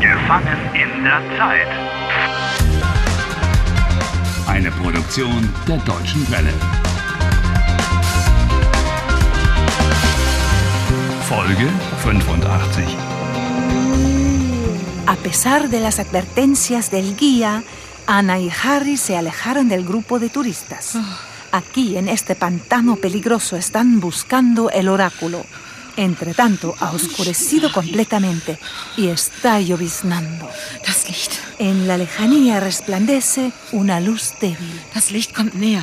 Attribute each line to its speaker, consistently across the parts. Speaker 1: Gefangen in der Zeit.
Speaker 2: Eine Produktion der Deutschen Welle. Folge 85.
Speaker 3: A pesar de las advertencias del guía, Ana y Harry se alejaron del grupo de turistas. Aquí, en este pantano peligroso, están buscando el oráculo. Entre tanto, ha oscurecido completamente y está lloviznando.
Speaker 4: Das Licht.
Speaker 3: En la lejanía resplandece una luz débil.
Speaker 4: Das Licht kommt näher.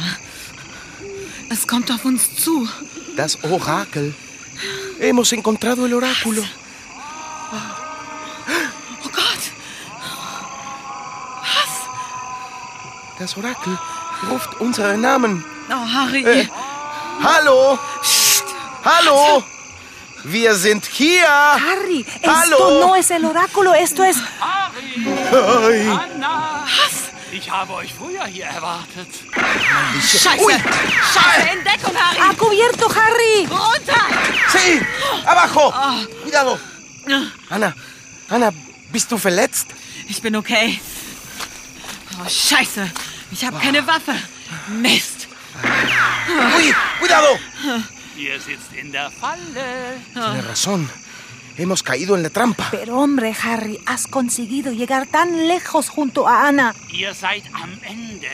Speaker 4: Es kommt auf uns zu.
Speaker 5: Das Orakel. Hemos encontrado el oráculo.
Speaker 4: Oh Gott,
Speaker 5: Das Orakel ruft unseren Namen.
Speaker 4: oh Harry.
Speaker 5: Äh. Hallo! Hallo! Wir sind hier!
Speaker 3: Harry, esto
Speaker 5: Hallo.
Speaker 3: no es el oráculo, esto es...
Speaker 5: Hi.
Speaker 1: Anna! Ich habe euch früher hier erwartet.
Speaker 4: Scheiße. Scheiße, in Deckung, Harry.
Speaker 3: ¡Ha cubierto, Harry!
Speaker 4: Runter.
Speaker 5: Sí! ¡Abajo! ¡Cuidado! Ana, Ana, bist du verletzt?
Speaker 4: Ich bin okay. Oh, scheiße. Ich habe keine Waffe. Mist.
Speaker 5: ¡Uy! ¡Cuidado!
Speaker 1: Ihr sitzt in der Falle.
Speaker 5: Tiene razón. Hemos caído en la trampa.
Speaker 3: Pero hombre, Harry, has conseguido llegar tan lejos junto a Ana.
Speaker 1: Ihr seid am Ende.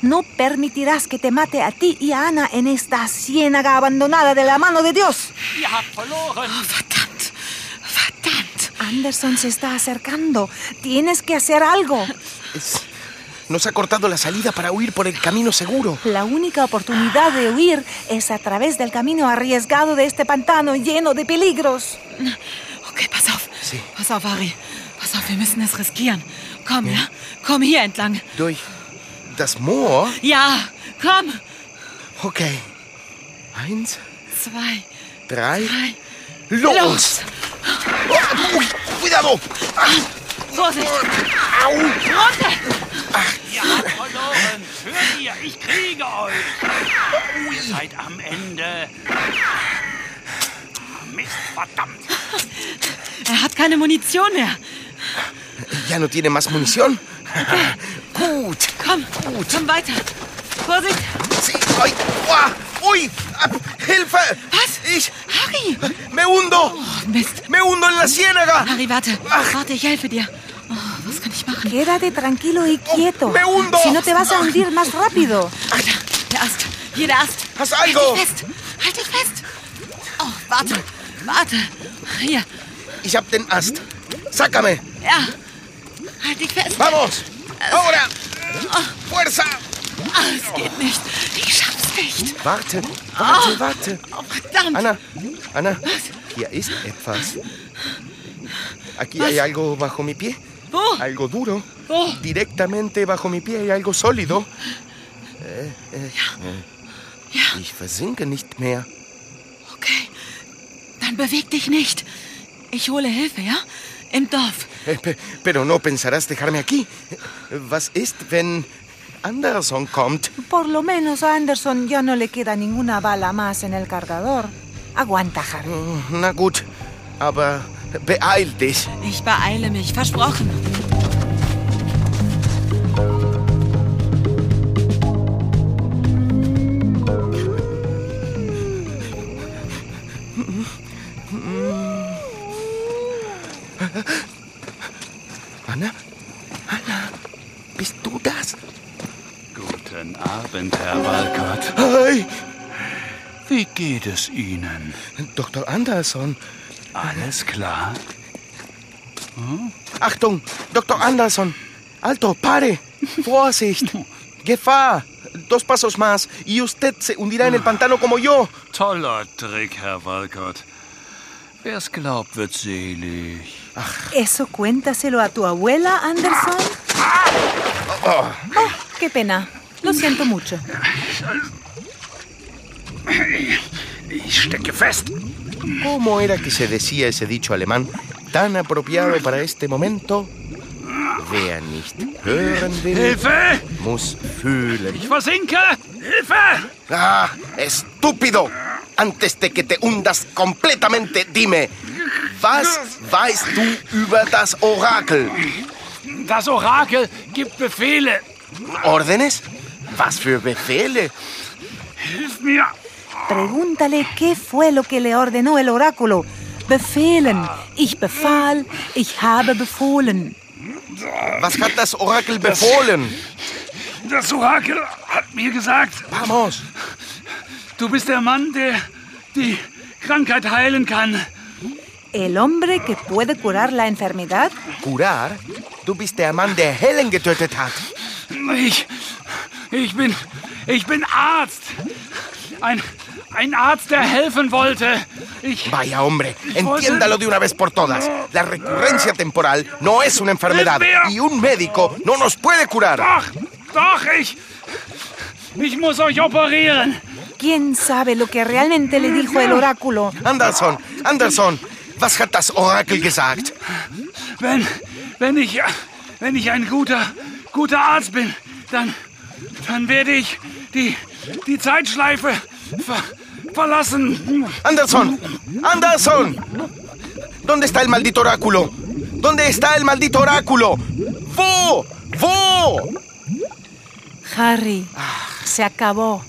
Speaker 3: No permitirás que te mate a ti y a Ana en esta ciénaga abandonada de la mano de Dios.
Speaker 1: Ihr habt verloren.
Speaker 4: Oh, Verdammt. Verdammt.
Speaker 3: Anderson se está acercando. Tienes que hacer algo.
Speaker 5: Es- Nos ha cortado la salida para huir por el camino seguro.
Speaker 3: La única oportunidad de huir es a través del camino arriesgado de este pantano lleno de peligros.
Speaker 4: Okay, pass auf.
Speaker 5: Sie.
Speaker 4: Pass auf, Harry. Pass auf, wir müssen es riskieren. Komm, ja? Komm hier entlang.
Speaker 5: Durch das Moor.
Speaker 4: Ja, komm.
Speaker 5: Okay. Eins,
Speaker 4: Zwei,
Speaker 5: drei,
Speaker 4: drei.
Speaker 5: los.
Speaker 4: Los.
Speaker 5: Oh, uy, cuidado. Ah,
Speaker 4: Vorsicht.
Speaker 5: au.
Speaker 4: Runter.
Speaker 1: Ihr habt verloren. Hört ihr, ich kriege euch. Ihr seid am Ende. Mist, verdammt.
Speaker 4: Er hat keine Munition mehr.
Speaker 5: Ya no tiene más munición. Gut.
Speaker 4: Komm,
Speaker 5: Gut.
Speaker 4: komm weiter. Vorsicht,
Speaker 5: Sí. Ay, uah, uy. ah, Hilfe.
Speaker 4: Was?
Speaker 5: Ich
Speaker 4: Harry. Oh,
Speaker 5: me hundo.
Speaker 4: Mist.
Speaker 5: Me hundo en la ciénaga.
Speaker 4: Harry, warte.
Speaker 5: Ach.
Speaker 4: Warte, ich helfe dir. Oh, was kann ich machen?
Speaker 3: Quédate tranquilo y quieto.
Speaker 5: ¡Me hundo!
Speaker 3: Si no te vas a hundir más rápido.
Speaker 4: Alter, der Ast. Hier, der Ast.
Speaker 5: Hast
Speaker 4: halt
Speaker 5: Algo.
Speaker 4: dich fest. Halt dich fest. Oh, warte. Warte. Hier.
Speaker 5: Ich hab den Ast. Sácame.
Speaker 4: Ja. Halt dich fest.
Speaker 5: Vamos. Ahora. Fuerza.
Speaker 4: Ah, es geht nicht. Ich schaff's nicht.
Speaker 5: Warte. Warte, warte.
Speaker 4: Oh, verdammt.
Speaker 5: Ana, Ana, hier ist etwas. Aquí hay algo bajo mi pie,
Speaker 4: Wo?
Speaker 5: algo duro.
Speaker 4: Wo?
Speaker 5: Directamente bajo mi pie hay algo sólido. Äh, äh,
Speaker 4: Ja.
Speaker 5: Ich versinke nicht mehr.
Speaker 4: Okay. Dann beweg dich nicht. Ich hole Hilfe, ja? Im Dorf.
Speaker 5: Äh, pe- Pero no pensarás dejarme aquí. Was ist, wenn Anderson kommt?
Speaker 3: Por lo menos a Anderson ya no le queda ninguna bala más en el cargador. Aguanta, Harry.
Speaker 5: Na gut, aber beeil dich.
Speaker 4: Ich beeile mich. Versprochen.
Speaker 5: Anna? Anna, bist du das?
Speaker 2: Guten Abend, Herr Walcott.
Speaker 5: Hey,
Speaker 2: Wie geht es Ihnen?
Speaker 5: Dr. Anderson.
Speaker 2: Alles klar?
Speaker 5: Achtung, Dr. Anderson. Alto, pare. Vorsicht. Gefahr. Dos pasos más y usted se hundirá en el pantano como yo.
Speaker 2: Toller Trick, Herr Walcott. Wer es glaubt, wird selig.
Speaker 3: ¿Eso cuéntaselo a tu abuela, Anderson? Oh, qué pena. Lo siento mucho.
Speaker 2: Ich stecke fest.
Speaker 5: ¿Cómo era que se decía ese dicho alemán tan apropiado para este momento? Vean nicht, hören will,
Speaker 2: Hilfe!
Speaker 5: muss fühlen.
Speaker 2: Ich versinke! Hilfe!
Speaker 5: ¡Ah, estúpido! Antes de que te hundas completamente, dime, Was weißt du über das Orakel?
Speaker 2: Das Orakel gibt Befehle.
Speaker 5: ¿Órdenes? Was für Befehle?
Speaker 2: Hilf mir.
Speaker 3: Pregúntale qué fue lo que le ordenó el oráculo. Befehlen. Ich befahl. Ich habe befohlen.
Speaker 5: Was hat das Orakel befohlen?
Speaker 2: Das Orakel hat mir gesagt,
Speaker 5: Vamos.
Speaker 2: du bist der Mann, der die Krankheit heilen kann.
Speaker 3: El hombre que puede curar la enfermedad
Speaker 5: Curar? Du bist der Mann, der Helen getötet hat.
Speaker 2: Ich, ich bin, ich bin Arzt. Ein, ein Arzt, der helfen wollte. Ich,
Speaker 5: Vaya hombre, entiéndalo de una vez por todas. La recurrencia temporal no es una enfermedad y un médico no nos puede curar.
Speaker 2: doch, doch, ich, ich muss euch operieren.
Speaker 3: ¿Quién sabe lo que realmente le dijo el oráculo?
Speaker 5: Anderson, Anderson, was hat das Orakel gesagt?
Speaker 2: Wenn, wenn ich, wenn ich ein guter, guter Arzt bin, dann, dann werde ich die, die Zeitschleife ver, verlassen.
Speaker 5: Anderson, Anderson, ¿dónde está el maldito oráculo? ¿Dónde está el maldito oráculo? ¡Vo! ¡Vo!
Speaker 3: Harry, se acabó.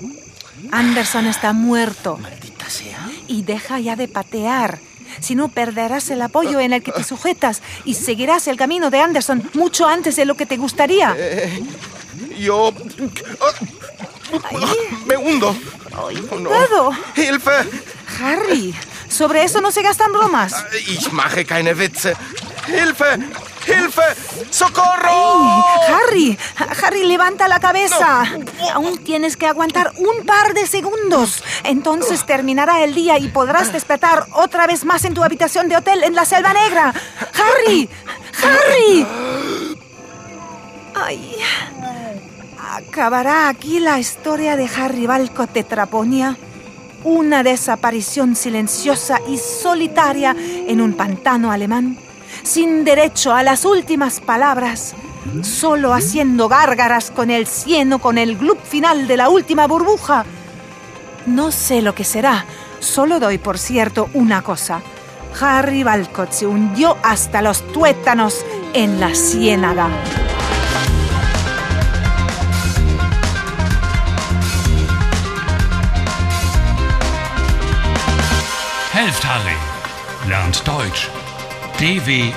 Speaker 3: Anderson está muerto.
Speaker 5: Maldita sea.
Speaker 3: Y deja ya de patear. Si no, perderás el apoyo en el que te sujetas y seguirás el camino de Anderson mucho antes de lo que te gustaría.
Speaker 5: Eh. Yo. Me hundo. No.
Speaker 3: Cuidado.
Speaker 5: Hilfe!
Speaker 3: Harry, sobre eso no se gastan bromas.
Speaker 5: Ich mache keine Witze. Hilfe! Hilfe! Socorro!
Speaker 3: Harry, Harry, levanta la cabeza. Aún tienes que aguantar un par de segundos. Entonces terminará el día y podrás despertar otra vez más en tu habitación de hotel en la Selva Negra. Harry, Harry. Ay. Acabará aquí la historia de Harry Balco Tetraponia. Una desaparición silenciosa y solitaria en un pantano alemán, sin derecho a las últimas palabras, solo haciendo gárgaras con el cieno con el glub final de la última burbuja. No sé lo que será, solo doy por cierto una cosa. Harry Balcott se hundió hasta los tuétanos en la ciénaga.
Speaker 6: Helft Harry. Lernt Deutsch. dw.com/harry.